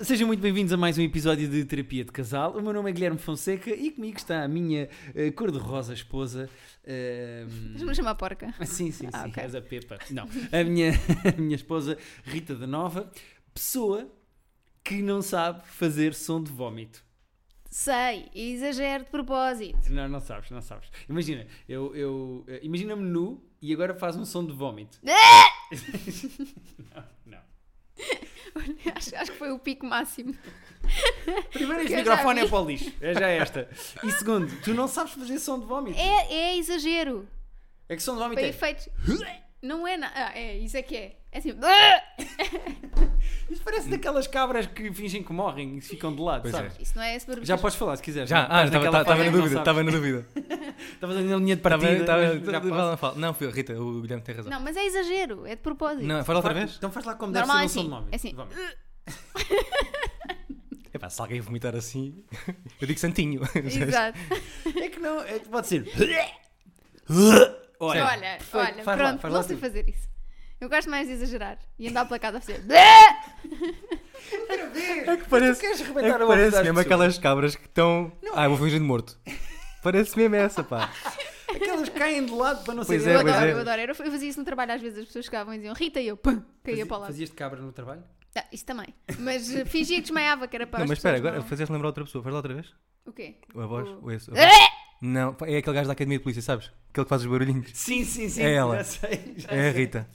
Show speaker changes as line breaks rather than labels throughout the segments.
Sejam muito bem-vindos a mais um episódio de Terapia de Casal. O meu nome é Guilherme Fonseca e comigo está a minha eh, cor-de-rosa esposa. eh,
Uhum.
Vamos chamar porca.
Sim, sim, sim.
Ah, ok.
És a Pepa. Não. A minha, a minha esposa, Rita da Nova, pessoa que não sabe fazer som de vómito.
Sei, e exagero de propósito.
Não, não sabes, não sabes. Imagina, eu, eu eh, imagina-me nu e agora faz um som de vómito. não, não.
Olha, acho, acho que foi o pico máximo.
Primeiro, este
Que eu já
microfone
vi.
é para o lixo. É já esta. E segundo, tu não sabes fazer som de vómito.
É, é exagero.
É que som de vómito
Para
é.
efeitos. Não é nada. Ah, é, isso é que é. É assim.
Isso parece daquelas cabras que fingem que morrem e ficam de lado,
Pois
sabes?
Isso não é esse barulho.
Já podes falar se quiseres.
Já, ah,
Estás naquela
estava
fase
na
em que não
dúvida,
sabes.
estava na dúvida.
Estavas ali na um linha de
Estava
partida.
estava-
já posso.
estava- fala- Não, fui eu, Rita, o Guilherme tem razão.
Não, mas é exagero, é de propósito.
Não, fala outra
Fala-
vez.
Então faz lá como deve
Normal
ser
é
um som
assim.
de vómito.
É assim.
Vómito.
Epá, se alguém vomitar assim, eu digo santinho. É
Exato.
É que não, é que pode ser. Olha,
Olha,
perfeito.
olha,
Faz lá,
pronto,
faz lá
não sei
tu.
fazer isso. Eu gosto mais de exagerar e andar pela casa a fazer.
Outra vez.
É que parece,
Tu queres
é que
arrebentar o
parece
ouvido às
mesmo
pessoas.
aquelas cabras que estão.
Não
Ah, eu vou fingir de morto. Parece mesmo essa, pá.
Aquelas que caem de lado para não
Pois
ser.
é,
eu
pois
adoro,
é.
eu adoro. Eu fazia isso no trabalho, às vezes as pessoas chegavam e diziam Rita e eu pum, caía para o lado.
Fazias de cabra no trabalho?
Ah, isso também. Mas eh, fingia que desmaiava, que era para
Não,
as
mas espera,
pessoas
agora
não-
fazeste lembrar outra pessoa. Faz lá outra vez.
O quê?
A voz,
O-
ou esse. a
É!
voz. Não, é aquele gajo da Academia de Polícia, sabes? Aquele que faz os barulhinhos.
Sim, sim, sim.
É ela.
Já sei, já
É a
sei.
Rita.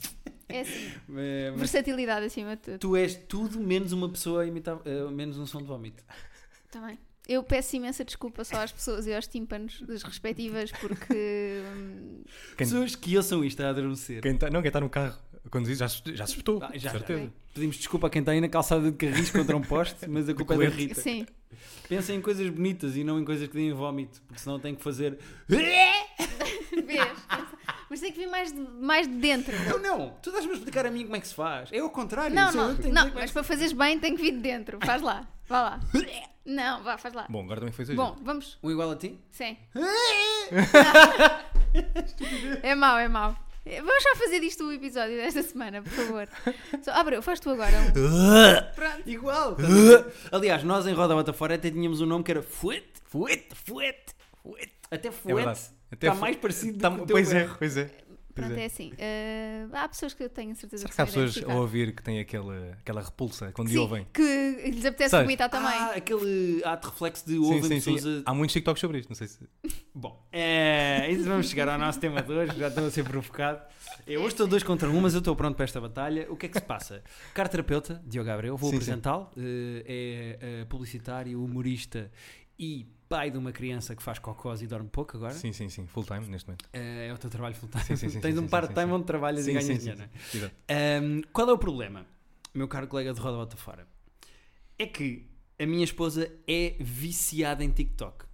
É assim,
Mas- mas
versatilidade acima de tudo.
Tu és tudo menos uma pessoa a imitar, eh, menos um som de vómito.
Também. Eu peço imensa desculpa só às pessoas e aos tímpanos das respectivas, porque. hum,
Quem-
Pessoas que ouçam isto a adormecer.
Quem tá- não, quem está no carro a conduzir já, se- já se espetou.
Ah, já,
certeza.
já. Pedimos desculpa a quem está aí na calçada de carris contra um poste, mas a culpa é da
colete.
Rita.
sim.
Pensem em coisas bonitas e não em coisas que deem vómito, porque senão tem que fazer.
Vês? Mas tem que vir mais de, mais de dentro.
Não, não! Tu estás-me a explicar a mim como é que se faz. É ao contrário.
Não,
sou
não,
eu que tenho
não,
que dizer
mas
como
para fazeres bem tem que vir de dentro. Faz lá, vá lá. Não, vá, faz lá.
Bom, agora também foi isso.
Bom,
é
vamos.
que- Um igual a ti?
Sim. É mau, é mau. Vamos já fazer disto o episódio desta semana, por favor. Só, ah, Abreu, faz tu agora. um. Pronto.
Igual! estás a ver? Aliás, nós em Roda Bota Fora até tínhamos um nome que era Fuete, Fuete, Fuete, Fuete. É Até Fuete
É verdade. Até
está
fu-
mais parecido
Tá-
do que o teu
pois é,
erro.
pois é. Pois
Pronto,
é.
é assim. eh, há pessoas que eu tenho certeza
Será
que
que há
se
pessoas a
identificam.
ouvir que têm aquela, aquela repulsa quando
Sim,
ouvem?
que lhes apetece
Sabes?
vomitar também.
Ah, aquele ato reflexo de ouvem pessoas a
Há muitos TikToks sobre isto, não sei se.
Bom, é, isso vamos chegar ao nosso tema de hoje, já estou a ser provocado. Eu hoje estou dois contra um, mas eu estou pronto para esta batalha. O que é que se passa? O caro terapeuta, Diogo Gabriel, vou
Sim, sim.
apresentá-lo. Eh, É eh, publicitário, humorista e pai de uma criança que faz cocós e dorme pouco agora.
Sim, sim, sim. Full time neste momento.
Eh, É o teu trabalho full-time.
Sim, sim, sim,
Tens
sim,
um
sim,
part-time
sim, sim.
onde trabalhas e
Sim,
ganhas
sim,
dinheiro,
sim,
não é?
sim. Exato.
Ahm, qual é o problema, meu caro colega de Roda Bota Fora? É que a minha esposa é viciada em TikTok.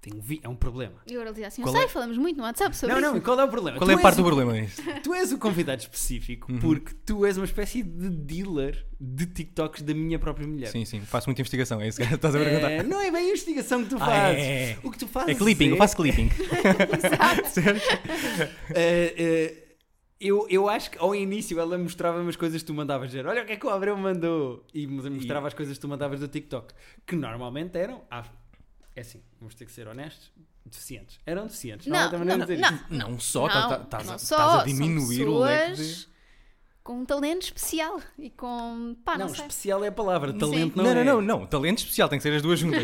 Tem um vi- é um problema.
E agora ele diz assim: eu
Qual
sei,
é?
falamos muito no WhatsApp sobre
Não,
isso.
não, e qual é o problema?
Qual
Tu
é a parte do Uhum.
és,
problema nisto?
o- Tu és o convidado específico porque tu és uma espécie de dealer de TikToks da minha própria mulher.
Sim, sim. Faço muita investigação, é isso que estás a perguntar.
É, não é bem a investigação que tu
Ah,
fazes.
é, é.
O que tu fazes
É clipping, eu
é-
faço clipping.
Eh, eh, eu, eu acho que ao início ela mostrava-me as coisas que tu mandavas dizer. Olha o que é que o Abreu mandou. E me mostrava as coisas que tu mandavas do TikTok. Que normalmente eram. ah, é assim, vamos ter que ser honestos. Deficientes. Eram deficientes.
Não,
há outra
não,
maneira
não,
de dizer
não,
isto.
Não só, tá,
não,
estás- estás
não
a-
só,
estás a
são
diminuir o leque de-
pessoas Com um talento especial e com. pá, Ah, não,
Não,
sei.
especial é a palavra. Talento
Sim.
não,
Não,
é.
não, não, não. Talento especial, tem que ser as duas juntas.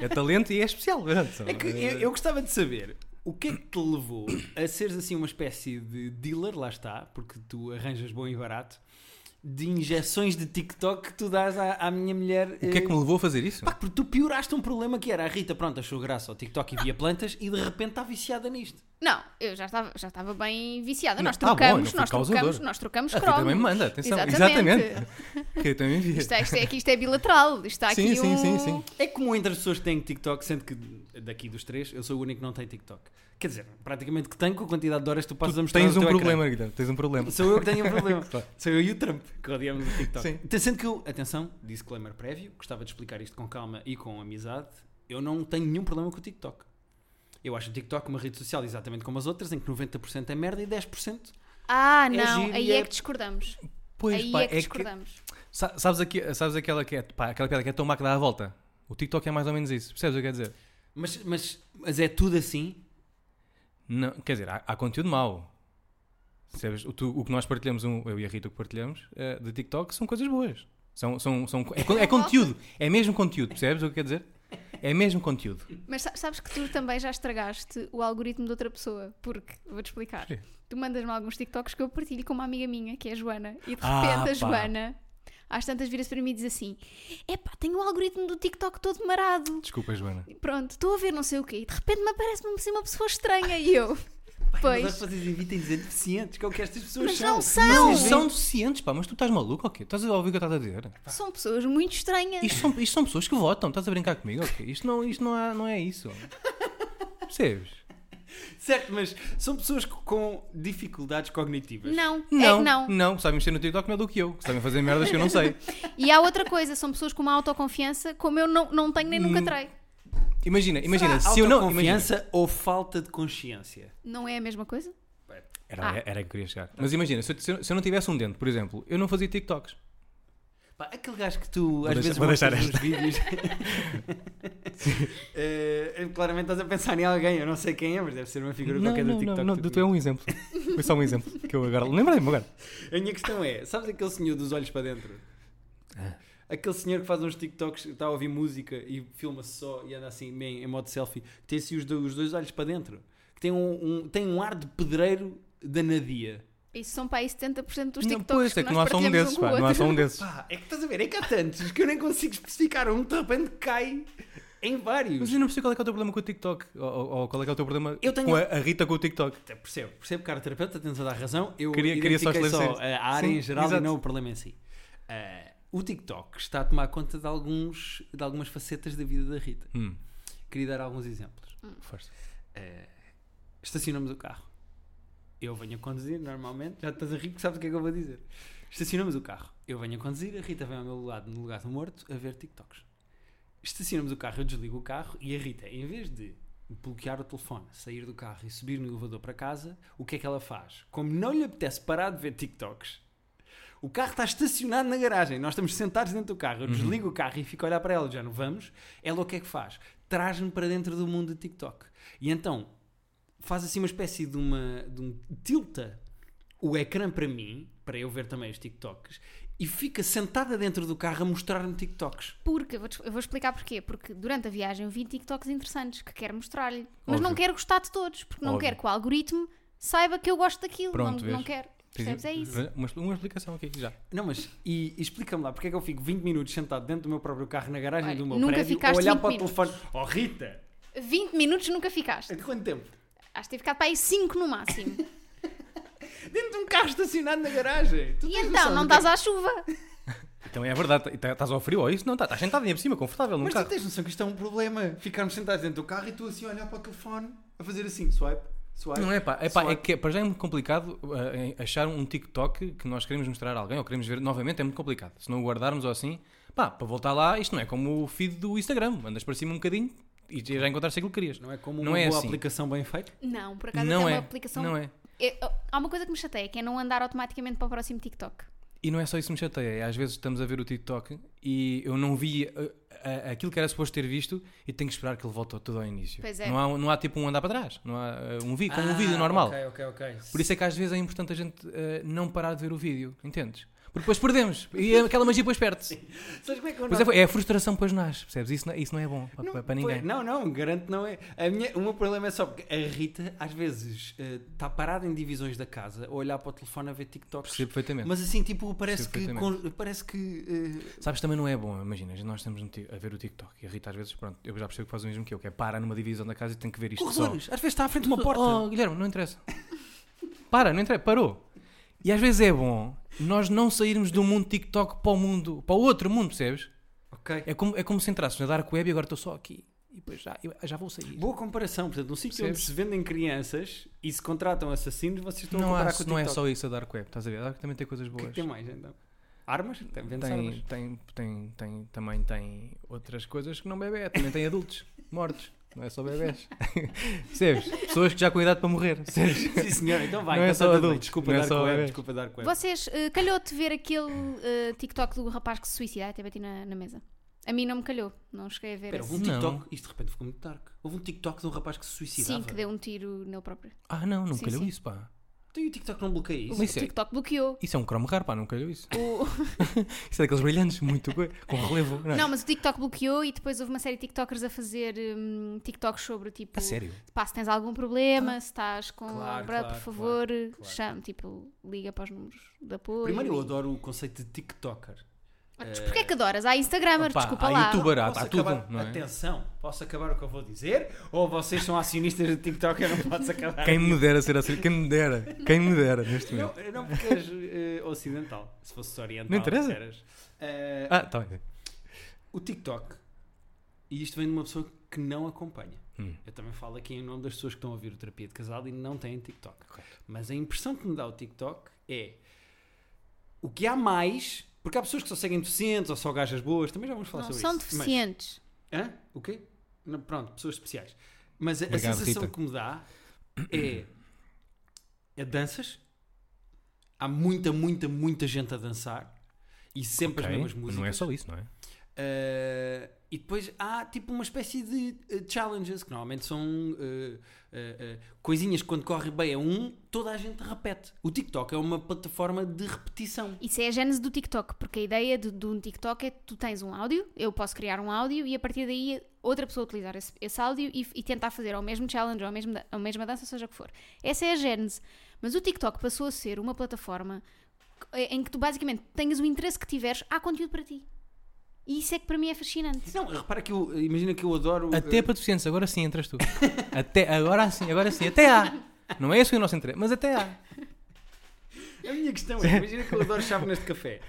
é talento e é especial. verdade.
É que eu, eu gostava de saber o que é que te levou a seres assim uma espécie de dealer, lá está, porque tu arranjas bom e barato, de injeções de TikTok que tu dás à, à minha mulher. eh,
O que é que me levou a fazer isso?
Pá, porque tu pioraste um problema que era a Rita, pronto, achou graça ao TikTok e via plantas e de repente está viciada nisto.
Não, eu já estava, já estava bem viciada.
Não,
nós
tá bom,
trocamos,
não fui
nós trocamos,
causador.
nós trocamos
A Rita também
cromos.
manda, atenção.
Exatamente.
Exatamente. Eu também vi.
Isto é, isto é, que isto é bilateral. Isto está
Sim,
aqui
sim,
um...
sim, sim.
É comum entre as pessoas que têm TikTok, sendo que daqui dos três eu sou o único que não tem TikTok. Quer dizer, praticamente que tenho com a quantidade de horas que tu passas a mostrar
Tens
no
um
teu ecrã.
problema, Guilherme. Tens um problema.
Sou eu que tenho um problema.
Claro.
Sou eu e o Trump que odiamos o TikTok.
Sim.
Então, Sendo que eu, atenção, disclaimer prévio, gostava de explicar isto com calma e com amizade. Eu não tenho nenhum problema com o TikTok. Eu acho o TikTok uma rede social exatamente como as outras, em que 90% é merda e 10%.
Ah,
É
não,
giro e
aí
é-
é que discordamos.
Pois,
Aí
pá,
é que
que-
discordamos.
Sa- Sabes, aqui, sabes aquela que é, pá, aquela piada que é tão má que dá a volta? O TikTok é mais ou menos isso, percebes o que eu quero dizer?
Mas, mas, mas é tudo assim?
Não, quer dizer, há, há conteúdo mau. Percebes? O, tu- o que nós partilhamos, um- eu e a Rita, o que partilhamos eh, de TikTok são coisas boas. São, são, são, é, con- é conteúdo, é mesmo conteúdo, percebes o que eu quero dizer? É mesmo conteúdo.
Mas sa- sabes que tu também já estragaste o algoritmo de outra pessoa, porque vou-te explicar.
Porquê?
Tu mandas-me alguns TikToks que eu partilho com uma amiga minha, que é a Joana, e de repente
Ah, pá.
a Joana, às tantas, vira-se para mim e diz assim: Epá, tenho o algoritmo do TikTok todo marado.
Desculpa, Joana.
Pronto, estou a ver não sei o quê, e de repente me aparece-me assim uma pessoa estranha e eu. Pois.
Mas vocês evitem dizer deficientes, que é o que estas pessoas
Mas
são.
não são!
Não são deficientes, pá, mas tu estás maluco ou quê? Estás a ouvir o que eu estás a dizer?
São pessoas muito estranhas.
Isto são, isto são pessoas que votam, estás a brincar comigo ou quê? Isto não, isto não, há- não é isso. Percebes?
Certo, mas são pessoas co- com dificuldades cognitivas.
Não,
Não,
é, não.
não, sabem mexer no TikTok melhor do que eu, sabem fazer merdas que eu não sei.
E há outra coisa, são pessoas com uma autoconfiança como eu não, não tenho nem nunca
Hum.
terei.
Imagina,
Ah,
imagina,
Será
se eu não. Imagina,
Confiança ou falta de consciência?
Não é a mesma coisa?
Era,
Ah.
era aí que queria chegar. Mas imagina, se eu, se eu- se eu não tivesse um dente, por exemplo, eu não fazia TikToks.
Pá, aquele gajo que tu às
deixar-
vezes
vou
mostras
deixar
nos vídeos. Eh, claramente estás a pensar em alguém, eu não sei quem é, mas deve ser uma figura
não,
qualquer
não,
do TikTok. tipo.
não, não,
tu
do tu é um exemplo. Foi só um exemplo que eu agora. Lembrei-me agora.
A minha questão é: sabes aquele senhor dos olhos para dentro? Ah. Aquele senhor que faz uns TikToks, está a ouvir música e filma-se só e anda assim, bem, em modo selfie, que tem assim os, do- os dois olhos para dentro, que tem um, um- tem um ar de pedreiro da nadia.
Isso são para aí 70% dos TikToks.
Não, pois, é que não há só um
partilhamos
desses,
com o
pá, não há só um
outro.
desses.
Pá, é que estás a ver, é que há tantos que eu nem consigo especificar um, de repente cai em vários.
Mas eu não percebo qual é, que é o teu problema com o TikTok. Ou, ou- ou qual é, que é o teu problema
Eu tenho-
com a, a Rita com o TikTok.
Até Percebo, percebo, cara, terapeuta, tens a dar razão. Eu
Queria- queria só
identifiquei só
esclarecer.
eh, a área
Sim,
em geral
exato.
e não o problema em si. Eh, o TikTok está a tomar conta de, alguns, de algumas facetas da vida da Rita.
Hum,
Queria dar alguns exemplos.
força.
Eh, estacionamos o carro. Eu venho a conduzir normalmente, já estás a rir que sabes o que é que eu vou dizer. Estacionamos o carro. Eu venho a conduzir, a Rita vem ao meu lado, no lugar do morto, a ver TikToks. Estacionamos o carro, eu desligo o carro e a Rita, em vez de bloquear o telefone, sair do carro e subir no elevador para casa, o que é que ela faz? Como não lhe apetece parar de ver TikToks, o carro está estacionado na garagem, nós estamos sentados dentro do carro, eu desligo o carro e fico a olhar para ela, já não vamos. Ela o que é que faz? Traz-me para dentro do mundo do TikTok. E então faz assim uma espécie de uma. De um, tilta o ecrã para mim, para eu ver também os TikToks, e fica sentada dentro do carro a mostrar-me TikToks.
um-
Porque, eu vou, eu vou explicar porquê. Porque durante a viagem eu vi TikToks interessantes que quero mostrar-lhe. Mas
Óbvio.
não quero gostar de todos, porque não
Óbvio.
quero que o algoritmo saiba que eu gosto daquilo.
Pronto,
não, não
vês.
quero. Percebes? É isso.
Uma, uma explicação aqui, já.
Não, mas e, e explica-me lá, porque é que eu fico 20 minutos sentado dentro do meu próprio carro na garagem
Olha,
do meu
nunca
prédio a
ficaste
olhar
20
para o
minutos.
telefone? Oh Rita,
20 minutos nunca ficaste.
há quanto tempo?
Acho que ter ficado para aí 5 no máximo.
Dentro de um carro estacionado na garagem. Tu
E
tens
então,
noção
não
do que é
estás à chuva.
Então é verdade, tá- tá- estás ao frio ou isso? Não, tá- estás sentado em cima, confortável no
Mas
carro.
tu tens noção que isto é um problema. Ficarmos sentados dentro do carro e tu assim a olhar para o telefone a fazer assim, swipe, swipe.
Não é pá, é pá, é
swipe.
que para já é muito complicado ah, em- achar um TikTok que nós queremos mostrar a alguém ou queremos ver novamente, é muito complicado. Se não o guardarmos ou assim, pá, para voltar lá, isto não é como o feed do Instagram, andas para cima um bocadinho e já encontraste aquilo que querias.
Não é como
Não
uma
é
boa
assim.
aplicação bem feita?
Não, por acaso
Não
até
é,
uma aplicação.
não é.
É- há uma coisa que me chateia, que é não andar automaticamente para o próximo TikTok.
E não é só isso que me chateia, é às vezes estamos a ver o TikTok e eu não vi ah, ah, aquilo que era suposto ter visto e tenho que esperar que ele volte tudo ao início.
Pois é.
Não, há, não há tipo um andar para trás, não há ah, um vídeo, como um vídeo normal.
Ok, ok, ok.
Por isso é que às vezes é importante a gente eh, não parar de ver o vídeo, entendes? Porque depois perdemos e é aquela magia depois perde-se.
Sabes como é que eu
Pois é, é a frustração depois nasce, percebes? Isso não, isso não é bom pa- pa- para,
Não,
ninguém.
pois, Não, não, garanto não é. A minha, o meu problema é só porque a Rita, às vezes, está parada em divisões da casa a olhar para o telefone a ver TikToks.
Percebo perfeitamente.
Mas assim, tipo, parece
Percebo
que.
perfeitamente.
con- Parece que. eh,
Sabes, também não é bom, imagina, nós estamos no ti- a ver o TikTok e a Rita às vezes, pronto, eu já percebo que faz o mesmo que eu, que é para numa divisão da casa e tem que ver isto só.
corredores, às vezes está à frente de uma porta.
Oh, Guilherme, não interessa. Para, não interessa, parou. E às vezes é bom nós não sairmos do mundo TikTok para o mundo, para o outro mundo, percebes?
Ok.
É como, é como se entrássemos na Dark Web e agora estou só aqui e depois já, eu- já vou sair.
Boa comparação, portanto, um sítio onde
Percebes?
se vendem crianças e se contratam assassinos, vocês estão a
Não, há,
comparar com o
não é
TikTok.
só isso a Dark Web, estás a ver? A Dark também tem coisas
O que é
boas.
que tem mais então? Armas? Tem, vende armas.
tem, tem, tem, tem- também tem outras coisas que não bebe, também tem adultos mortos. Não é só bebés. Percebes? Pessoas que já com idade para morrer. Percebes?
Sim, senhor, então vai.
Não é
então
só
tá tudo bem.
adultos,
Desculpa,
não é
dar
só
coelho,
bebés.
desculpa dar coelho.
Vocês, eh, calhou-te ver aquele eh, TikTok do rapaz que se suicida? Até bati na, na mesa. A mim não me calhou, não cheguei a ver.
Espera,
esse.
houve um
Não.
TikTok. Isto de repente ficou muito dark. Houve um TikTok de um rapaz que se suicidava.
Sim, que deu um tiro nele próprio.
Ah, não, não me
Sim,
calhou
sim.
isso, pá.
Então e o TikTok não bloqueia isso?
O
Isso é-
TikTok bloqueou.
Isso é um Chrome raro, pá, não me calhou isso.
O-
Isso é daqueles brilhantes, muito co- com relevo. Não, é?
Não, mas o TikTok bloqueou e depois houve uma série de TikTokers a fazer hum, TikToks sobre tipo.
A é sério?
Pá, se tens algum problema, se estás com.
Claro,
Bro,
claro,
por favor,
claro.
chama, tipo, liga para os números de apoio.
Primeiro, eu
e-
adoro eh, o conceito de TikToker. Ah,
Ah, tu- Porquê é que adoras? Há Instagramer,
Opa,
desculpa
há
lá.
youtuber, há,
Posso
há tudo,
acabar-
não é?
Atenção, posso acabar o que eu vou dizer? Ou vocês são acionistas de TikTok e não podes acabar?
Quem me dera ser assim, quem me dera, quem me dera neste momento.
Não, não porque és eh, ocidental. Se fosse oriental,
Não interessa.
eras. Eh,
Ah, tá bem.
O TikTok, e isto vem de uma pessoa que não acompanha.
Hum.
Eu também falo aqui em nome das pessoas que estão a ouvir o terapia de casal e não têm TikTok. Mas a impressão que me dá o TikTok é o que há mais, porque há pessoas que só seguem deficientes ou só gajas boas, também já vamos falar
Não
sobre
são
isso. Mas-
deficientes.
Hã? O quê? Não, pronto, pessoas especiais. Mas a, a
Obrigado,
sensação
Rita.
que me dá é, é danças. Há muita, muita, muita gente a dançar e sempre
Ok,
as mesmas
mas
músicas.
Não é só isso, não é?
Uh, e depois há tipo uma espécie de uh, challenges que normalmente são uh, uh, uh, coisinhas que quando corre bem a um, toda a gente repete. O TikTok é uma plataforma de repetição.
Isso é a gênese do TikTok, porque a ideia de, de um TikTok é que tu tens um áudio, eu posso criar um áudio e a partir daí outra pessoa utilizar esse, esse áudio e, e tentar fazer ao mesmo challenge, ao mesmo, da- a mesma dança, seja o que for. Essa é a gênese. Mas o TikTok passou a ser uma plataforma que- em que tu basicamente tenhas o interesse que tiveres, há conteúdo para ti. E isso é que para mim é fascinante.
Não, repara que eu imagina que eu adoro. uh,
Até para deficientes, agora sim entras tu. Até, agora sim, agora sim, até há. Não é esse o nosso interesse, mas até há.
A minha questão é, imagina que eu adoro chávenas de café.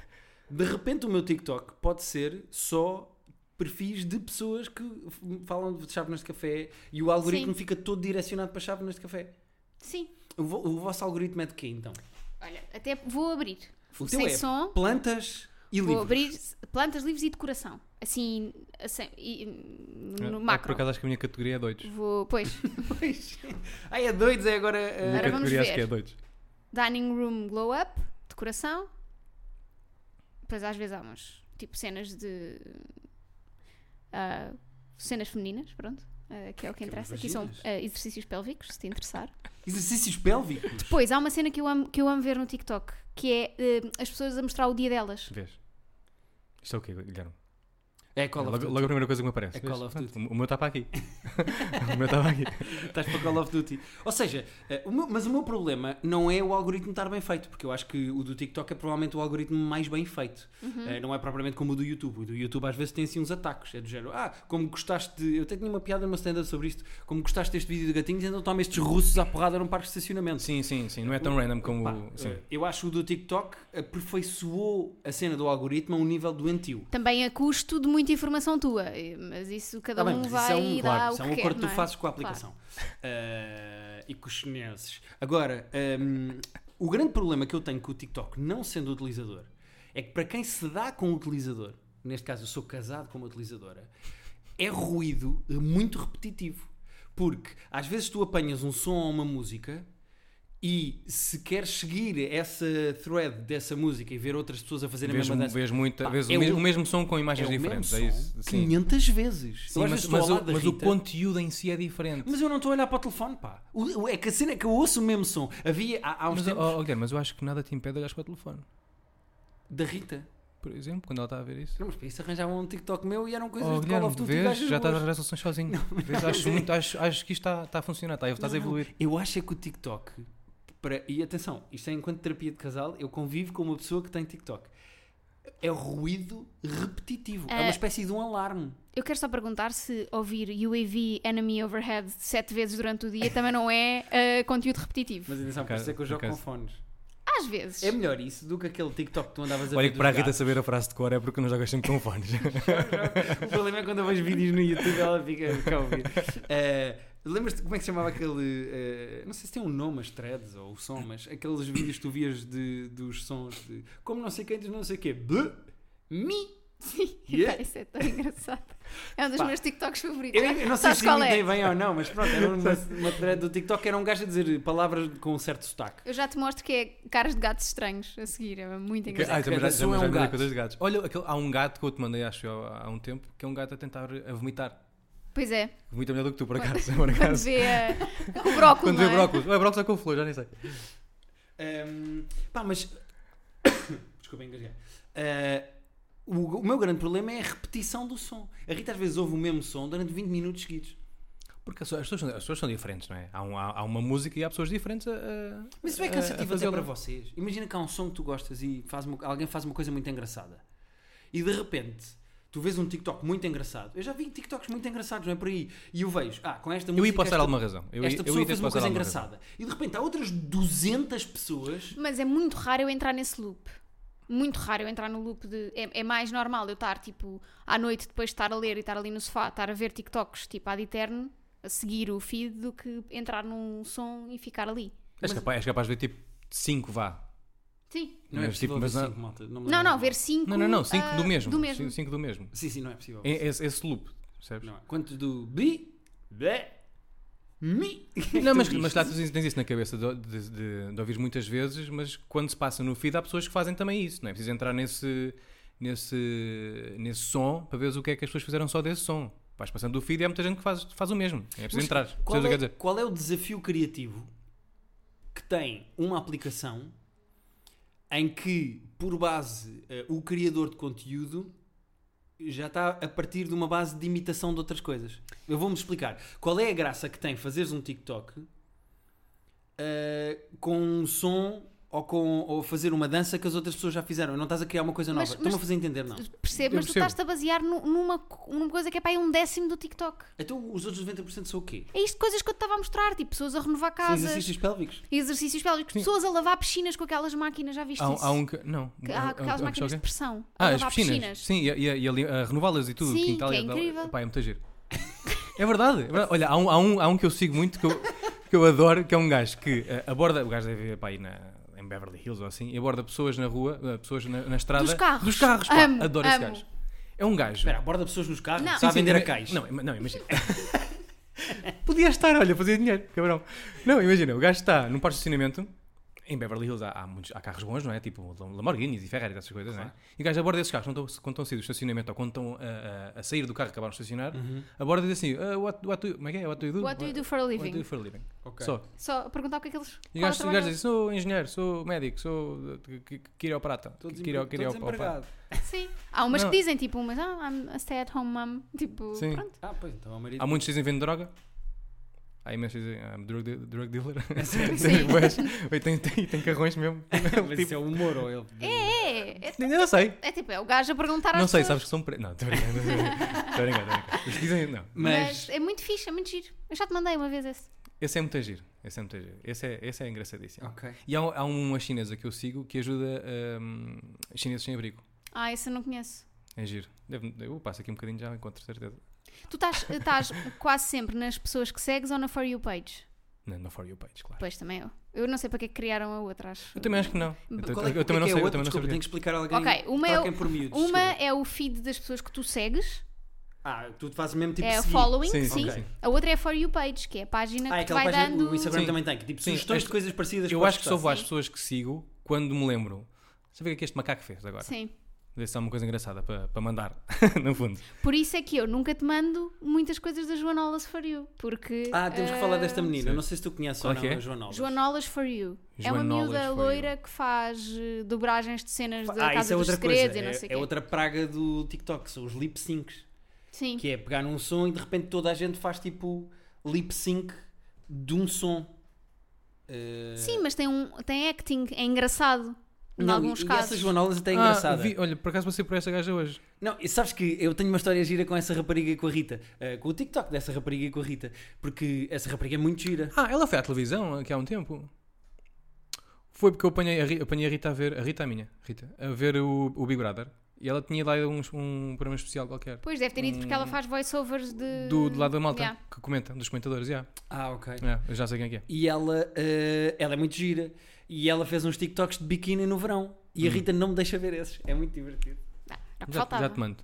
De repente o meu TikTok pode ser só perfis de pessoas que f- falam de chávenas de café e o algoritmo
Sim.
fica todo direcionado para chávenas de café.
Sim.
O, vo- o vosso algoritmo é de quê então?
Olha, até vou abrir.
O
Sem
teu é
som.
plantas e
Vou
livros.
abrir plantas, livros e decoração. Assim, assim e- no
é
Ah,
macro.
Por acaso acho que a minha categoria é doidos.
Vou, pois,
Pois. Ai, é doidos, é agora.
A
eh,
minha
Agora vamos
categoria acho
ver.
que é doidos.
Dining Room Glow Up, decoração. Depois às vezes há umas tipo cenas de. ah, cenas femininas, pronto. ah, que é o que
Que
interessa. Aqui são
vaginas.
ah, exercícios pélvicos, se te interessar.
Exercícios pélvicos.
Depois há uma cena que eu amo, que eu amo ver no TikTok, que é ah, as pessoas a mostrar o dia delas.
Vês? Isto é o quê, Guilherme?
É Call of
logo,
Duty.
logo a primeira coisa que me aparece.
É
Vês?
Call of
Pronto,
Duty.
O meu está para aqui. o meu está para aqui.
Estás para Call of Duty. Ou seja, eh, o meu- mas o meu problema não é o algoritmo estar bem feito, porque eu acho que o do TikTok é provavelmente o algoritmo mais bem feito. Eh, Não é propriamente como o do YouTube. O do YouTube às vezes tem assim uns ataques. É do género, ah, como gostaste. de- Eu até tinha uma piada numa stand sobre isto. Como gostaste deste vídeo de gatinhos, então toma estes russos à porrada num parque de estacionamento.
Sim, sim, sim. Não é tão random como.
Pá,
o- sim.
eh, eu acho que o do TikTok aperfeiçoou a cena do algoritmo a um nível doentio.
Também a custo de muita informação tua, eh, mas isso cada
Tá bem,
um
mas
vai
isso é
e
um,
dá
claro,
o
isso é
que
um
quer,
acordo que
não
tu
é?
fazes com a
Claro.
aplicação. Eh, e com os chineses. Agora, ehm, o grande problema que eu tenho com o TikTok, não sendo utilizador, é que para quem se dá com o utilizador, neste caso eu sou casado com uma utilizadora, é ruído eh, muito repetitivo. Porque às vezes tu apanhas um som ou uma música e se queres seguir essa thread dessa música e ver outras pessoas a fazerem a
Vês, um-
mesma dança,
vês muita,
Pá,
vês
é
assim. o, mes-
o-
o mesmo som com
é
imagens
o mesmo
diferentes.
som
é isso. Sim.
500 vezes.
Sim,
Eu às
mas,
vezes estou ao
mas o,
lado da
mas o
Rita.
conteúdo em si é diferente.
Mas eu não estou a olhar para o telefone, pá. O- o- É que a cena é que eu ouço o mesmo som. Havia há, há uns
Mas,
tempos
oh, oh, Guilherme, mas eu acho que nada te impede de olhares para o telefone.
da Rita.
Por exemplo, quando ela está a ver isso.
Não, mas para isso arranjavam um TikTok meu e eram coisas
Oh,
de Call
Guilherme,
of Duty.
vês,
gajas
já estás a
boas.
arranjar soluções sozinho. Vês, acho, muito, acho, acho que isto está, está a funcionar, está, estás a
Não, não.
evoluir.
Eu acho é que o TikTok. Para, e atenção, isto é enquanto terapia de casal, eu convivo com uma pessoa que tem TikTok. É ruído repetitivo. É
Ah.
uma espécie de um alarme.
Eu quero só perguntar se ouvir UAV Enemy Overhead sete vezes durante o dia também não é eh, conteúdo repetitivo.
Mas atenção, por
Acaso-
isso é que eu jogo com
acaso.
fones.
Às vezes.
É melhor isso do que aquele TikTok que tu andavas a ver.
Olha que
dos
para a Rita
gatos.
saber a frase de cor é porque não jogas sempre com fones.
O problema é quando eu vejo vídeos no YouTube ela fica cá a ouvir. Eh, Lembras-te como é que se chamava aquele. eh, não sei se tem um nome, as threads ou o som, mas aqueles vídeos que tu vias de, dos sons de. Como não sei quem diz não sei o quê. B, mi.
Sim,
Yeah.
pá, isso é tão engraçado. É um dos
Pá.
meus TikToks favoritos.
Eu, eu não sei
Sabes
se
qual
imitei
é?
bem ou não, mas pronto, era uma, uma thread do TikTok, era um gajo a dizer palavras com um certo sotaque.
Eu já te mostro que é caras de gatos estranhos a seguir. É muito
Que-
engraçado.
Ai, também já,
Cada
já,
um é
já
um
mandei
gato.
coisas de gatos. Olha, aquele- há um gato que eu te mandei, acho eu, há há um tempo, que é um gato a tentar a vomitar.
Pois é.
Vomita melhor do que tu, por
Quando-
acaso. Por
Quando
acaso.
vê eh, o brócolis.
Quando vê
não é?
brócolis. Ou é brócolis ou com flor, já nem sei.
Ahm, Ehm, pá, mas. Desculpem, engasguei. Ah, o, o meu grande problema é a repetição do som. A Rita às vezes ouve o mesmo som durante 20 minutos seguidos.
Porque as pessoas, as pessoas são- as pessoas são diferentes, não é? Há, um- há- há uma música e há pessoas diferentes a. a-
Mas isso é
a- a
cansativo até
fazê-la.
para vocês. Imagina que há um som que tu gostas e faz uma- alguém faz uma coisa muito engraçada. E de repente. Tu vês um TikTok muito engraçado. Eu já vi TikToks muito engraçados, não é por aí? E eu vejo, ah, com esta
Eu
música.
ia passar
esta-
alguma razão. Eu, ia-
esta
eu
pessoa
ia ter
fez uma
passar
coisa
alguma razão.
engraçada. E de repente há outras 200 pessoas.
Mas é muito raro eu entrar nesse loop. Muito raro eu entrar no loop de. É, é mais normal eu estar, tipo, à noite depois de estar a ler e estar ali no sofá, estar a ver TikToks, tipo, ad eterno, a seguir o feed, do que entrar num som e ficar ali.
És capaz, és capaz de ver tipo 5, vá.
Sim.
Não é
Mas, tipo,
possível ver
mas não-
cinco, malta. me
Não,
lembro.
não, ver cinco.
Não, não, não, 5
ah,
do mesmo.
Do mesmo.
5 do mesmo.
Sim, sim, não é possível.
É- Esse, esse loop, percebes?
Não é. Quanto do bi, bé, mi.
Não, mas, mas lá tu tens tens isso na cabeça de, de, de- de ouvir muitas vezes, mas quando se passa no feed há pessoas que fazem também isso, não é preciso entrar nesse, nesse, nesse som para veres o que é que as pessoas fizeram só desse som. Vais passando do feed e há muita gente que faz, faz o mesmo. É preciso entrar.
Qual
Percebes o que eu
é,
quero dizer?
qual é o desafio criativo que tem uma aplicação em que, por base, eh, o criador de conteúdo já está a partir de uma base de imitação de outras coisas? Eu vou-me explicar. Qual é a graça que tem fazeres um TikTok eh, com um som ou, com, ou fazer uma dança que as outras pessoas já fizeram? Não estás a criar uma coisa nova.
Mas-
Estão-me a
mas-
fazer entender, não?
Percebo,
Eu
mas tu
percebo.
estás-te a basear nu- numa, co- numa coisa que é para aí um décimo do TikTok.
Então os outros 90% são o quê?
É isto coisas que eu te estava a mostrar, tipo, pessoas a renovar
São
casas,
exercícios pélvicos.
exercícios pélvicos, pessoas a lavar piscinas com aquelas máquinas, já viste
Há, um-
isso?
há um que. Não.
Que
Há-
há
há- há
aquelas
um
máquinas
que-
de pressão. a
Ah, as
lavar
piscinas. Sim, e, e- e ali- a renová-las e tudo.
Sim,
quintal
que é
e-
incrível.
Pá, é muito giro. É verdade, é verdade. Olha, há um, há, um, há um que eu sigo muito, que eu, que eu adoro, que é um gajo que eh, aborda. O gajo deve ir para aí na, em Beverly Hills ou assim, e aborda pessoas na rua, eh, pessoas na, na estrada.
Dos carros.
Dos carros, pá.
Amo,
adoro esse
amo.
gajo. É um gajo.
Espera, aborda pessoas nos carros,
Não.
está a
Sim, sim,
vender a
ima-
caixa.
Não, ima- não imagina. Podia estar, olha, fazia dinheiro, cabrão. Não, imagina, o gajo está num parque de estacionamento. Em Beverly Hills há, há muitos, há carros bons, não é? Tipo Lam- Lamborghinis e Ferrari, essas coisas, não é? E o gajo aborda esses carros, quando estão, quando estão a sair do estacionamento ou quando estão a, a- a sair do carro que acabaram de
Hum.
estacionar, aborda e diz assim: "Ah, what, what, do, you- como é que é? What do you do?
What do you do for a
What do you
living?
for a living?
Ok.
Só.
Só a perguntar o que é que eles.
E o
qual é o
gajo, o
trabalho
gajo diz: sou engenheiro, sou médico, sou eh, qui- qui- quiroprata.
Estou
qui-
desempre-
quiro-
estou
quiropa-
desempregado.
deles? Sim. Há umas
Não.
que dizem, tipo, mas ah, I'm a stay-at-home mom. Tipo,
Sim.
pronto.
Ah, pois, então é o marido.
Há muitos que dizem vendo droga. Há imensos que dizem I'm drug, de- drug dealer.
Sim.
Pois, Oi, tem, tem, tem carrões mesmo.
Mas isso é humor ou ele.
É, é, é,
Eu não sei.
é tipo, é o gajo a perguntar às
Não sei,
pessoas.
sabes que são pretos. Não, estou brincando. Estou brincando, estou brincando. Os que dizem, não.
Mas...
Mas,
é muito fixe, é muito giro. Eu já te mandei uma vez esse.
Esse é muito giro. Esse é muito giro. Esse é, esse é engraçadíssimo.
Ok.
E há, um- há uma chinesa que eu sigo que ajuda hum, chineses sem abrigo.
Ah, esse eu não conheço.
É giro. Deve, eu passo aqui um bocadinho já encontro certeza.
Tu estás- estás quase sempre nas pessoas que segues ou na For You page?
Não, não for you page, claro.
Pois também eu. Eu não sei para que é que criaram a outra, acho.
Eu também acho que não. Eu,
Qual
eu-
qual é,
Então, eu também não
que
sei.
é a
Eu
outra?
também não sei.
Desculpa, tenho que
porquê.
explicar a alguém.
Ok, uma é o-
Troquem por miúdos.
Uma
desculpa.
é o feed das pessoas que tu segues,
Ah, tu fazes mesmo tipo
é a
seguir.
following, sim.
Sim, sim, sim.
A outra é a For You page, que é a página
Ah,
que te
aquela
vai
página.
dando.
O Instagram
Sim.
também tem. Que, tipo,
Sim,
sugestões
este-
de coisas parecidas
Eu
para
acho que só
gostar.
vou às pessoas que sigo quando me lembro. Sabe o que é que este macaco fez agora?
Sim.
Deve ser uma coisa engraçada para, para mandar, no fundo.
Por isso é que eu nunca te mando muitas coisas da Joanolas For You, porque. eh,
Ah, temos que falar desta menina.
Sim.
Não sei se tu conheces
Qual
ou
que
não,
é?
a Joana Alves.
Joanolas For You. é uma
Joanolas
miúda
For
loira que faz eh, dobragens de cenas da
Ah, isso
Casa
é
dos
outra
Segredos
coisa.
e não
É,
sei o
é
quê.
outra praga do TikTok, são os lip syncs.
Sim.
Que é pegar num som e de repente toda a gente faz tipo lip sync de um som. Eh,
Sim, mas tem, um, tem acting, é engraçado. Em
não,
alguns
e, E essa
casos.
Joana Alves até é
Ah,
engraçada.
vi- olha, por acaso passei por essa gaja hoje.
Não, e sabes que eu tenho uma história gira com essa rapariga e com a Rita. eh, com o TikTok dessa rapariga e com a Rita. Porque essa rapariga é muito gira.
Ah, ela foi à televisão aqui há um tempo. Foi porque eu apanhei a, Ri- apanhei a Rita a ver, a Rita a minha, Rita, a ver o, o Big Brother. E ela tinha lá um, um programa especial qualquer.
Pois deve ter ido porque
Hum.
ela faz voiceovers de.
Do, do lado da malta,
Yeah.
que comenta, dos comentadores, já.
Ah, ok.
Yeah, eu já sei quem é que é.
E ela, eh, ela é muito gira. E ela fez uns
Hum.
TikToks de biquíni no verão. E a Rita não me deixa ver esses. É muito divertido.
Ah, era o que
Já,
faltava.
já te mando.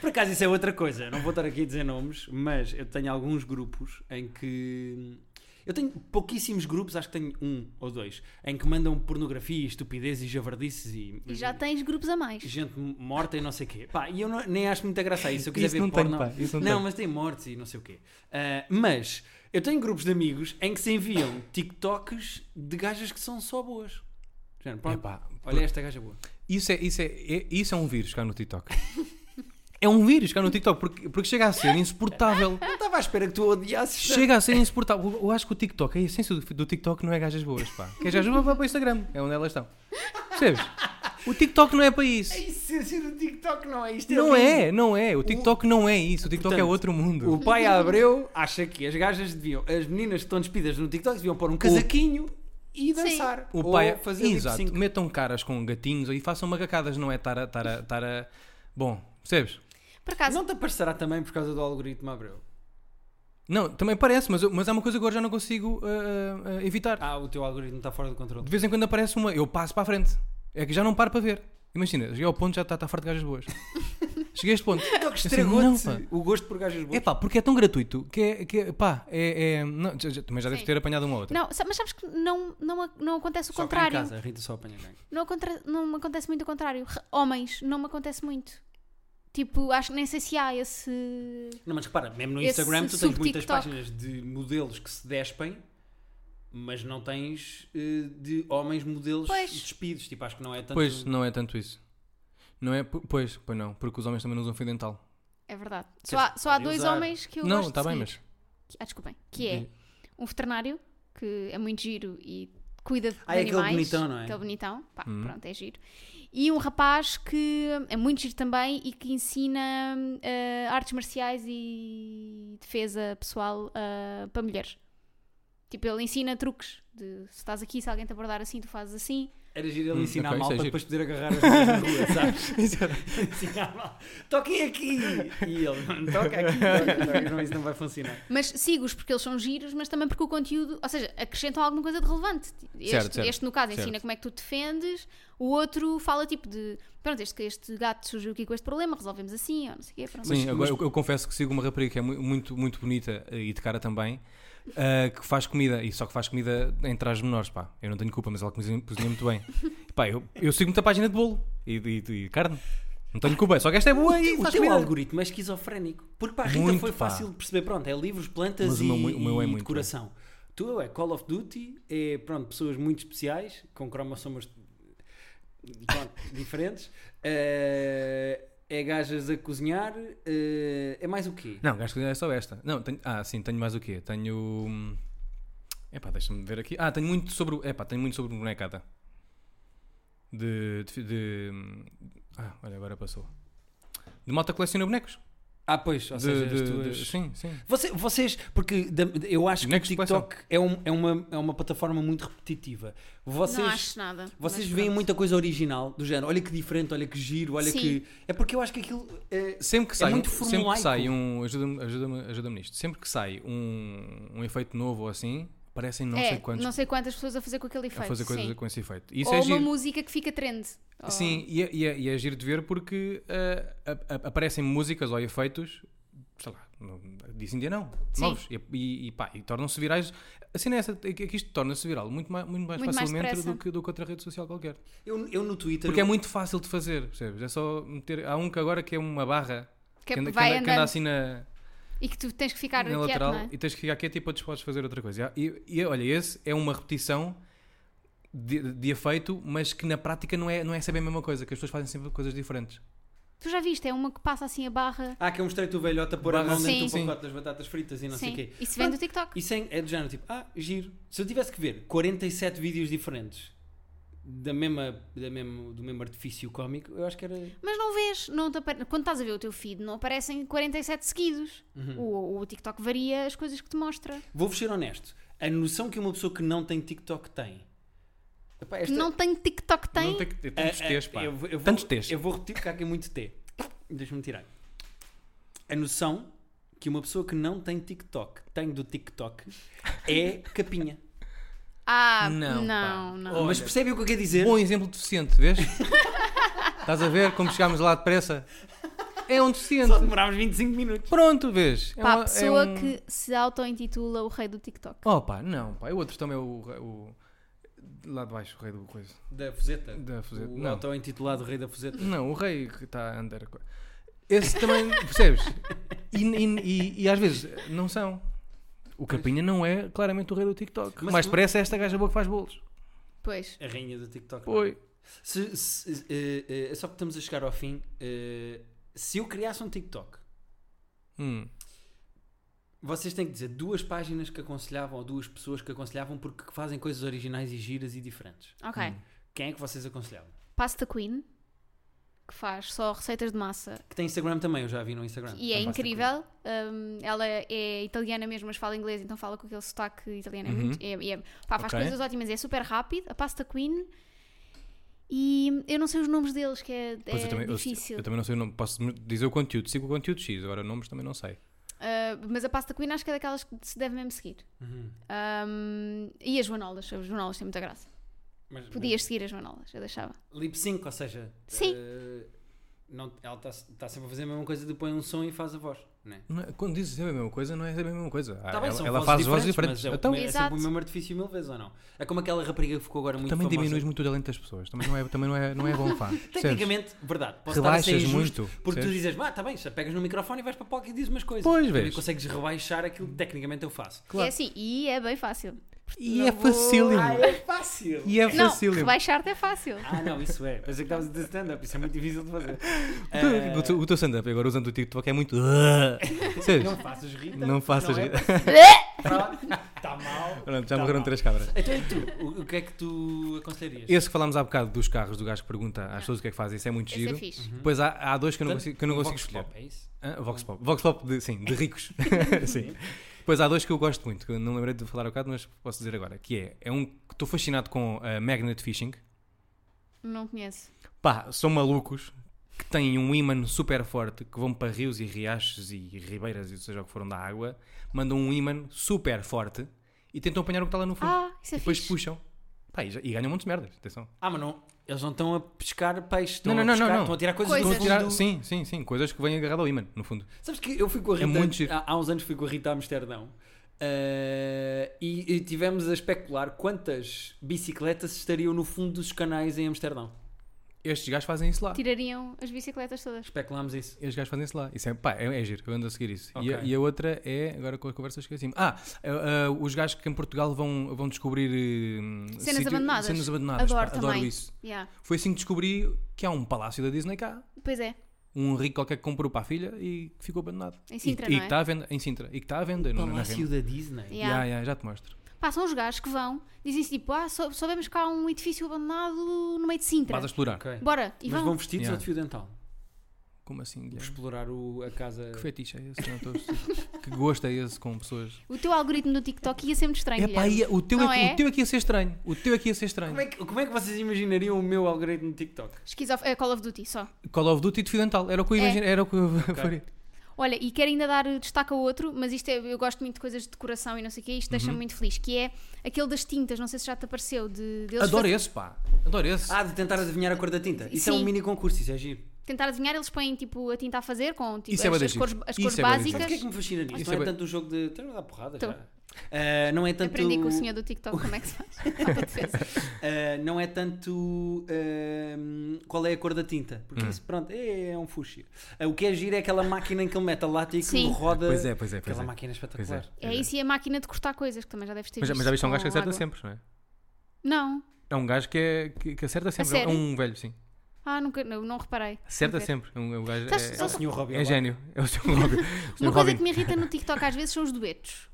Por acaso isso é outra coisa, não vou estar aqui a dizer nomes, mas eu tenho alguns grupos em que. Eu tenho pouquíssimos grupos, acho que tenho um ou dois, em que mandam pornografia, e estupidez e javardices e.
E já tens grupos a mais.
Gente morta e não sei o quê. Pá, e eu não- nem acho muita graça a isso. Eu quiser
Isso
ver
não tem,
porno.
pá, isso não
não,
tem.
mas tem mortes e não sei o quê. Ah, mas eu tenho grupos de amigos em que se enviam TikToks de gajas que são só boas. Género, pronto,
Epá,
olha esta gaja boa.
Isso é, isso é, é- isso é um vírus cá no TikTok. É um vírus cá no TikTok, porque, porque chega a ser insuportável.
Não estava à espera que tu odiasses.
Chega a ser insuportável. Eu acho que o TikTok, a essência do, do TikTok não é gajas boas, pá. Que as gajas boas vão para o Instagram, é onde elas estão. Percebes? O TikTok não é para isso.
A essência do TikTok não é isto.
Não
lindo.
é, não é. O TikTok não é isso. O TikTok é
Portanto,
outro mundo.
O pai Abreu acha que as gajas deviam, as meninas que estão despidas no TikTok deviam pôr um casaquinho e
Sim.
dançar.
O pai é-
ou fazer lip
Exato.
sync.
Metam caras com gatinhos e façam macacadas, não é tara, tara, tara. Bom, percebes?
Por acaso,
Não te aparecerá também por causa do algoritmo Abreu?
Não, também parece, mas, eu- mas há uma coisa que agora já não consigo ah, ah, evitar.
Ah, o teu algoritmo está fora do controle.
De vez em quando aparece uma, eu passo para a frente. É que já não paro para ver. Imagina, cheguei ao ponto já está, está farto de gajas boas. cheguei a este ponto.
É o que
Assim,
estragou-te
não, pá.
o gosto por gajas boas.
É pá, porque é tão gratuito que é. Que, é- pá, é. é- não, já- já- também já deves
Sim.
ter apanhado uma ou outra.
não, sa- mas sabes que não, não, a- não acontece o
só cá
contrário.
em casa, a Rita só apanha gangue.
Não, contra- não me acontece muito o contrário. Re- Homens, não me acontece muito. Tipo, acho que nem sei se há esse.
Não, mas repara, mesmo no
Esse
Instagram tu tens muitas
sub-TikTok.
páginas de modelos que se despem, mas não tens eh, de homens modelos
Pois.
despidos. Tipo, acho que não é tanto...
Pois, não é tanto isso. Não é. po- Pois, pois não. Porque os homens também não usam fio dental.
É verdade.
Quer
Só há,
dizer,
só há
podem
dois
usar. tá
homens que eu
não,
gosto.
está
de
bem,
seguir.
mas.
Que- Ah, desculpem. Que
Uhum.
é um veterinário que é muito giro e cuida de
Ah, é aquele
animais.
bonitão, não é?
Aquele bonitão. Pá, pronto, é giro. E um rapaz que é muito giro também e que ensina eh, artes marciais e defesa pessoal eh, para mulheres. Tipo, ele ensina truques de se estás aqui, se alguém te abordar assim, tu fazes assim.
Era giro ele
Hum,
ensinar
ok,
a
isso
malta
é giro. é
depois poder agarrar as coisas na rua, sabes? ensinar a malta. Toquem aqui! E ele, "Não, toca aqui, toca, toca, não, isso não vai funcionar.
Mas sigo-os porque eles são giros, mas também porque o conteúdo, ou seja, acrescentam alguma coisa de relevante. Este,
Certo, certo,
este, no caso, ensina
certo.
como é que tu te defendes, o outro fala tipo de pronto, este, este gato surgiu aqui com este problema, resolvemos assim, ou não sei o quê, pronto.
Sim,
Mas-
agora Eu, eu confesso que sigo uma rapariga que é mu- muito, muito bonita eh, e de cara também, eh, que faz comida, e só que faz comida em trajes menores, pá. Eu não tenho culpa, mas ela cozinha, cozinha muito bem. Pá, eu, eu sigo muita página de bolo e, e- e carne. Não tenho culpa, só que esta é boa e
O
faz
teu
comida.
algoritmo é esquizofrénico. Porque para a Rita
Muito,
foi
pá.
fácil de perceber, pronto, é livros, plantas
Mas o
e,
meu mui- o meu é
e
muito,
decoração. Tu é Call of Duty, é, pronto, pessoas muito especiais, com cromossomas pronto, diferentes, eh, é gajas a cozinhar, eh, é mais o quê?
Não, gasto é só esta. Não, tenho, ah, sim, tenho mais o quê? Tenho. hum, Epá, deixa-me ver aqui. Ah, tenho muito sobre. o- Epá, tenho muito sobre bonecada. De, de, de- hum, Ah, olha, agora passou. De malta que coleciona bonecos.
Ah, pois, ou
De-
seja,
de-
as
de-
tuas...
Sim, sim.
Você- vocês, porque da- eu acho que o
Bonecos de
TikTok é, um- é uma, é uma plataforma muito repetitiva.
não
Vocês,
acho nada.
vocês
mas
veem
pronto.
muita coisa original, do género, olha que diferente, olha que giro, olha
Sim.
que. É porque eu acho que aquilo. é-
Sempre que sai,
muito
um, sempre que
formulaico.
sai um. Ajuda-me ajuda ajuda nisto. Sempre que sai um, um efeito novo ou assim, aparecem não
É,
sei quantos
não sei quantas pessoas a fazer com aquele efeito.
a fazer coisas
sim.
com esse efeito. Isso
ou
é
uma
giro.
música que fica trend. Ou-
Sim, e é, e é- e é giro de ver porque ah, a- a- aparecem músicas ou efeitos, sei lá, no- disse India não,
Sim.
novos, e, e, e pá, e tornam-se virais. A cena é essa, é que é que isto torna-se viral muito mais, muito mais
Muito mais
facilmente
depressa.
do, que, do que outra rede social qualquer.
Eu, eu no Twitter.
Porque é
eu-
muito fácil de fazer, percebes? É só meter. Há um que agora que é uma barra
Que, é
que, anda, que
vai
anda- que
andando
anda assim na,
e que tu tens que ficar
na
quieto,
lateral
não é?
e tens que ficar quieto e depois podes fazer outra coisa. E, e olha, esse é uma repetição. De, de efeito, mas que na prática não é, não é saber a mesma coisa, que as pessoas fazem sempre coisas diferentes.
Tu já viste, é uma que passa assim a barra.
Ah, que eu mostrei-te o velhote a pôr a
Barra-
mão dentro
Sim.
do pacote das batatas fritas e não sei o
sim.
quê.
Isso vem do TikTok.
Isso é, é do género tipo, ah, giro. Se eu tivesse que ver 47 vídeos diferentes da mesma, da mesmo, do mesmo artifício cómico, eu acho que era.
Mas não vês, não te apare- quando estás a ver o teu feed, não aparecem 47 seguidos.
Uhum.
O, o TikTok varia as coisas que te mostra.
Vou-vos ser honesto. A noção que uma pessoa que não tem TikTok tem. Epá,
Que
esta-
Não tem TikTok, tem.
Não tem que ter tantos
Ah, ah,
T's, pá.
Eu, vou- eu vou,
tantos T's.
Eu vou repetir porque há aqui muito T. Deixa-me tirar. A noção que uma pessoa que não tem TikTok tem do TikTok é capinha.
Ah,
Não,
não,
pá.
Ah, não.
Mas percebem o que eu quero dizer?
Bom exemplo deficiente, vês? Estás a ver como chegámos lá depressa? É um deficiente.
Só demorámos 25 minutos.
Pronto, vês? É
Pá,
uma- é
pessoa
um-
que se auto-intitula o rei do TikTok.
Oh pá, não, pá. O outro também é o, rei- o... Lá de baixo, o rei do coisa.
Da Fuzeta.
Da fuzeta.
O
Não.
auto-intitulado Rei da Fuzeta.
Não, o rei que está under. co- Esse também, percebes? E, e- e- e às vezes não são. O Capinha não é claramente o rei do TikTok.
Mas-
Mas, parece esta gaja boa que faz bolos.
Pois.
A rainha do TikTok. não é?
Foi.
Se, se- eh, eh, é só que estamos a chegar ao fim. eh, se eu criasse um TikTok,
Hum.
vocês têm que dizer duas páginas que aconselhavam ou duas pessoas que aconselhavam porque fazem coisas originais e giras e diferentes.
Ok.
Hum.
Quem é que vocês aconselhavam?
Pasta Queen, que faz só receitas de massa
Que tem Instagram também, eu já vi no Instagram.
e é
Basta
incrível. Hum, ela é italiana mesmo, mas fala inglês, então fala com aquele sotaque italiano. É
Uhum.
muito, é, é- pá, faz
Ok.
coisas ótimas, é super rápido. A Pasta Queen. E eu não sei os nomes deles, que é,
Pois
é
eu, também, eu-
difícil.
eu também não sei o nome. Posso dizer o conteúdo. Sigo o conteúdo X. Agora nomes também não sei.
Ah, mas a Pasta Queen acho que é daquelas que se deve mesmo seguir.
com- Uhum.
Hum, e as Joanolas, as Joanolas têm muita graça.
Mas-
Uhum.
Podias seguir as Joanolas, eu deixava.
Lip sync, ou seja,
Sim.
eh, não, ela está tá sempre a fazer a mesma coisa de põe um som e faz a voz, não é?
Não é- Quando dizes é a mesma coisa, não é a mesma coisa. Ah,
Tá bem,
ela
são
ela
vozes
faz vozes
diferentes,
diferentes.
mas é o-
Então,
é sempre
Exato.
o mesmo artifício mil vezes ou não? É como aquela rapariga que ficou agora muito
também
famosa.
diminuis muito o talento das pessoas. Também não é, também não é, não é bom, pá. Percebes?
Tecnicamente, verdade. Posso estar a
Relaxas
ser injusto
muito.
Porque tu
percebes?
dizes, ah, tá bem, já pegas no microfone e vais para a palco e dizes umas coisas.
Pois,
Também
vês.
consegues rebaixar aquilo que tecnicamente eu faço.
E é assim, e é bem fácil.
E é facílimo.
é fácil.
E é
não,
facílimo.
rebaixar-te é fácil.
Ah, não, isso é. Pensei que estavas a dizer stand-up, isso é muito difícil de fazer.
O teu-
Eh,
O teu, o teu stand-up agora usando o TikTok é muito.
não
Sabes?
faças rir. tá?
Não faças rir.
Está mal.
Pronto, já
Tá
morreram
mal.
três cabras.
Então e tu? O, o que é que tu aconselharias?
Esse que falámos há bocado dos carros, do gajo que pergunta
Ah.
às pessoas o que é que fazem, isso é muito
Esse é
giro.
fixe.
Depois há, há dois que eu não
Portanto,
consigo, que eu não
Vox
consigo escolher.
Pop, é isso?
Hã? Vox Pop. Vox Pop, de, sim, de ricos. sim. Depois há dois que eu gosto muito, que eu não lembrei de falar há bocado, mas posso dizer agora. Que é, é um que estou fascinado com a Magnet Fishing. Uhum.
Não conheço.
Pá, são malucos que têm um ímã super forte que vão para rios e riachos e ribeiras e seja o que foram da água, mandam um ímã super forte e tentam apanhar o que está lá no fundo.
Ah, isso é
e depois
fixe.
puxam. Pá, e, já- e ganham muitos merdas, atenção.
Ah, mas não. Eles não estão a pescar peixe, estão
Não,
a
não, não,
pescar-
não, não.
estão a tirar coisas,
Coisas.
do
Estão
fundo
Tirar-
do-
sim, sim, sim, coisas que vêm agarradas ao ímã, no fundo.
Sabes que eu fui com a Rita
É muito giro.
há, há uns anos fui com a Rita a Amsterdão eh, e, e tivemos a especular quantas bicicletas estariam no fundo dos canais em Amsterdão.
Estes gajos fazem isso
Tipo-
lá.
Tirariam as bicicletas todas.
Especulámos isso.
Estes gajos fazem isso lá. Isso é, pá, é, é giro, eu ando a seguir isso. E, a,
Ok.
e a outra é, agora com a conversa esqueci-me. Ah, eh, eh, os gajos que em Portugal vão, vão descobrir eh,
Cenas abandonadas.
Cenas abandonadas. pá,
Adoro também.
isso.
Yeah.
Foi assim que descobri que há um palácio da Disney cá.
Pois é.
Um rico qualquer que comprou para a filha e que ficou abandonado.
Em Sintra,
e, e
não é?
que está à venda. Em Sintra. E que está à venda. Não, não, não,
Palácio da Disney.
Yeah.
yeah. yeah, já te mostro.
Pá, são os gajos que vão, dizem-se tipo, ah, só, soubemos que há um edifício abandonado no meio de Sintra.
Vais a explorar.
Ok.
Bora, e
Mas
vão.
vão vestidos
Yeah.
ou de fio dental?
Como assim,
Para
Guilherme?
explorar o- a casa.
Que fetiche é esse? Não estou a perceber. que gosto é esse com pessoas?
O teu algoritmo do TikTok ia ser muito estranho,
É pá,
Guilherme.
ia- o, teu
Não
é, que-
é?
o teu aqui ia ser estranho. O teu aqui ia ser estranho.
Como é, que, como é que vocês imaginariam o meu algoritmo de TikTok?
Esquizof... É Call of Duty, só.
Call of Duty de fio dental. Era o que eu
É.
imagino. Era o que eu faria.
Olha, e quero ainda dar destaque a outro, mas isto é, eu gosto muito de coisas de decoração e não sei o quê, isto
Uhum.
deixa-me muito feliz, que é aquele das tintas, não sei se já te apareceu, de, de eles
Adoro
faz-
esse, pá. Adoro esse.
Ah, de tentar adivinhar a cor da tinta. Isso é um
Sim.
mini concurso, isso é giro.
tentar adivinhar, eles põem tipo a tinta a fazer com tipo,
Isso é
as,
bué
as
giro.
cores, as
Isso
cores
é bué
Sabe
giro.
o que é
básicas.
que me fascina nisso?
Isso
Não
é
é
bem-
tanto o jogo de. Estás a dar porrada
Tô.
já. Ah, não é tanto.
Aprendi com o senhor do TikTok como é que se faz. Autodefesa.
Uh, não é tanto um, qual é a cor da tinta,
Hum.
porque isso, pronto, é, é um fuxi. Uh, o que é giro é aquela máquina em que ele mete a lata e que
Sim.
roda.
Pois é, pois é, pois
Aquela
é.
máquina espetacular.
Pois
é isso e a máquina de cortar coisas, que também já deves ter
Mas,
visto.
mas já viste é um gajo que
com
acerta
água.
sempre, não é?
Não.
É um gajo que, é, que, que acerta sempre. É
sério?
um velho, sim.
Ah, nunca, não, não reparei.
Acerta
Nunca.
sempre. É um, é um gajo,
Sabes-
é,
É o senhor Robbie.
é
Alá.
gênio. É o senhor Robin. O senhor
Uma coisa
Robin.
que me irrita no TikTok às vezes são os duetos.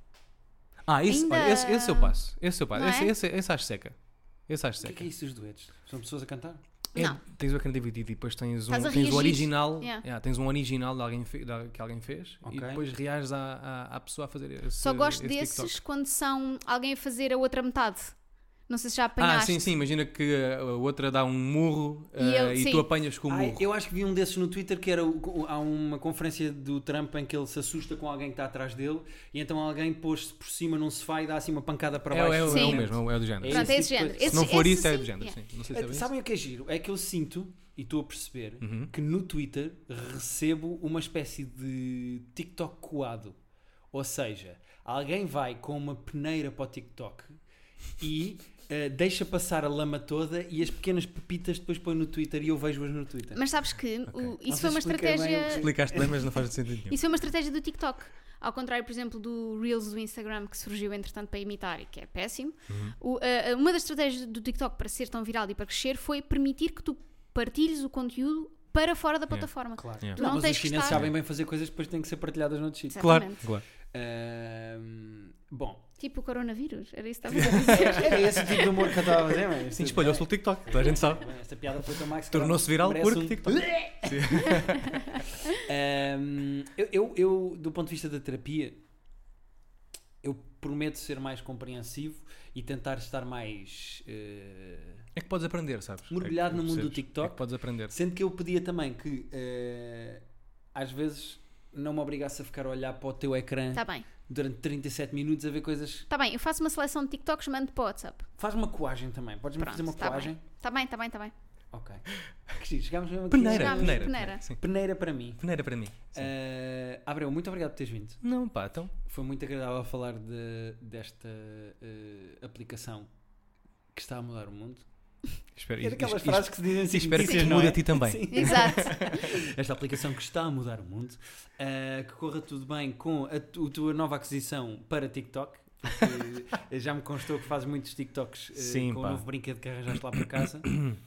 Ah, esse, olha,
Ainda-
esse, esse eu passo. Esse eu passo.
Não
Esse,
é?
esse, esse acho seca. Esse acho
O que é,
seca.
que é isso dos duetos? São pessoas a cantar?
É,
Não.
Tens o ecrã dividido e depois tens um,
Estás a
tens o
reagir.
original.
Yeah.
yeah, tens um original de alguém fe- da- que alguém fez
Ok.
e depois reages à, à, à pessoa a fazer esse
Só gosto
esse
desses
TikTok.
quando são alguém a fazer a outra metade. Não sei se já
Ah,
apanhaste.
sim, sim. Imagina que uh, a outra dá um murro
E
uh,
eu-
e
sim.
tu apanhas com o
Ai,
murro.
eu acho que vi um desses no Twitter que era o- o- há uma conferência do Trump em que ele se assusta com alguém que está atrás dele e então alguém pôs-se por cima num sofá e dá assim uma pancada para
É,
baixo.
é, é o
Sim.
mesmo, é o do género.
É
Pronto,
esse tipo
é esse
de
género.
coisa.
Esse-
Se não for
esse
isso, é
sim,
do género.
yeah.
Sim. Não sei se é bem isso.
Sabem o que é giro? É que eu sinto e estou a perceber
Uhum.
que no Twitter recebo uma espécie de TikTok coado. Ou seja, alguém vai com uma peneira para o TikTok e eh, deixa passar a lama toda e as pequenas pepitas depois põe no Twitter e eu vejo-as no Twitter.
Mas sabes que o-
Não
isso foi
sei
uma
se expliquei bem o que é?
estratégia.
Explicaste bem, mas não faz sentido nenhum.
Isso é uma estratégia do TikTok. Ao contrário, por exemplo, do Reels do Instagram, que surgiu entretanto para imitar e que é péssimo,
Uhum.
O- a- a- uma das estratégias do TikTok para ser tão viral e para crescer foi permitir que tu partilhes o conteúdo para fora da plataforma.
Claro.
Yeah.
Tu
Não,
não
mas os
tens que
chineses
estar-
sabem bem fazer coisas que depois têm que ser partilhadas noutros sítios.
Claro,
Exatamente.
claro.
Ahm, bom,
Tipo o coronavírus, era isso que estava a dizer.
era esse tipo de humor que eu estava a fazer, mas...
Sim, espalhou-se pelo TikTok, toda a gente sabe.
Esta piada foi tão má que se
Tornou-se
calhar
viral
merece
porque
um-
TikTok.
Ahm, eu, eu, eu, do ponto de vista da terapia, eu prometo ser mais compreensivo e tentar estar mais. eh,
É que podes aprender, sabes?
Mergulhado
É
no
que
mundo do
percebes.
TikTok.
É que podes aprender.
Sendo que eu pedia também que eh, às vezes não me obrigasse a ficar a olhar para o teu ecrã
Está Tá bem,
durante 37 minutos a ver coisas.
está bem. Eu faço uma seleção de TikToks, mando para o WhatsApp.
Faz uma coagem também. Podes-me
Pronto,
fazer uma
tá
coagem?
bem. Está bem, está bem, está bem.
Ok. Que giro, Chegámos mesmo aqui.
Peneira,
Chegámos,
peneira.
peneira.
Sim.
Peneira para mim.
Peneira para mim. Sim.
Eh, Abreu, muito obrigado por teres vindo.
Não, pá, então.
Foi muito agradável falar de- desta eh, aplicação que está a mudar o mundo.
Espera,
É
isto-
daquelas
isto-
frases que se dizem assim,
espero que
notícias,
te
não
mude
é?
a ti também.
Sim.
Exato.
Esta aplicação que está a mudar o mundo. eh, que corra tudo bem com a, tu- a tua nova aquisição para TikTok. porque já me constou que fazes muitos TikToks eh,
Sim,
com o
pá.
novo brinquedo que arranjaste lá para casa.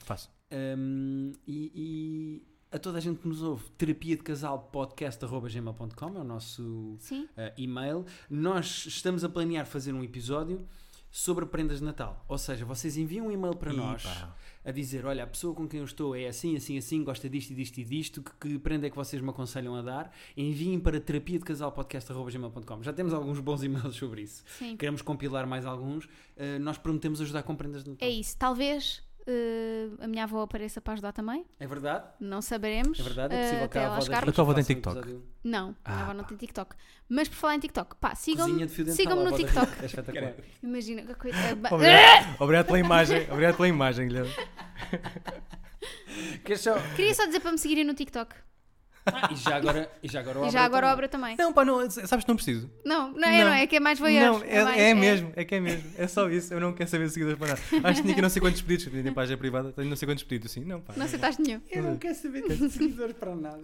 Faço.
Um, e, e a toda a gente que nos ouve, terapia de casal podcast.gmail.com é o nosso
Sim.
eh, e-mail. Nós estamos a planear fazer um episódio sobre prendas de Natal. Ou seja, vocês enviam um e-mail para
Ih,
nós
pá.
a dizer: olha, a pessoa com quem eu estou é assim, assim, assim, gosta disto e disto e disto, que, que prenda é que vocês me aconselham a dar? Enviem para terapia de casal podcast.gmail.com. Já temos alguns bons e-mails sobre isso.
Sim.
Queremos compilar mais alguns. Eh, nós prometemos ajudar com prendas de Natal.
É isso. Talvez eh, a minha avó apareça para ajudar também.
É verdade?
Não saberemos.
É verdade, é
eh,
possível que
até
a
lá
avó
chegarmos.
A tua avó tem
faça um
TikTok?
episódio-
Não, a
Ah,
minha avó não
pá.
tem TikTok. Mas por falar em TikTok, pá, sigam-me
Cozinha de fio dental,
sigam
a
no
avó da-
TikTok.
É espetacular.
Imagina que coisa. é ba-
Obrigado. Obrigado pela imagem. Obrigado pela imagem, Guilherme.
Que só-
Queria só dizer para me seguirem no TikTok.
Ah, e já agora, e já agora então. o
E
Álvaro
já agora
também.
obra também.
Não, pá, não, sabes que não preciso.
Não, não é, não é, que é mais voyeur.
Não, é,
mais-
é mesmo, é que é mesmo. É só isso. Eu não quero saber seguidas para nada. Acho que tinha aqui não sei quantos pedidos. Eu Pedi na página privada, tenho não sei quantos pedidos. Assim, não, pá.
Não aceitaste nenhum.
Eu não quero saber de seguidores para nada.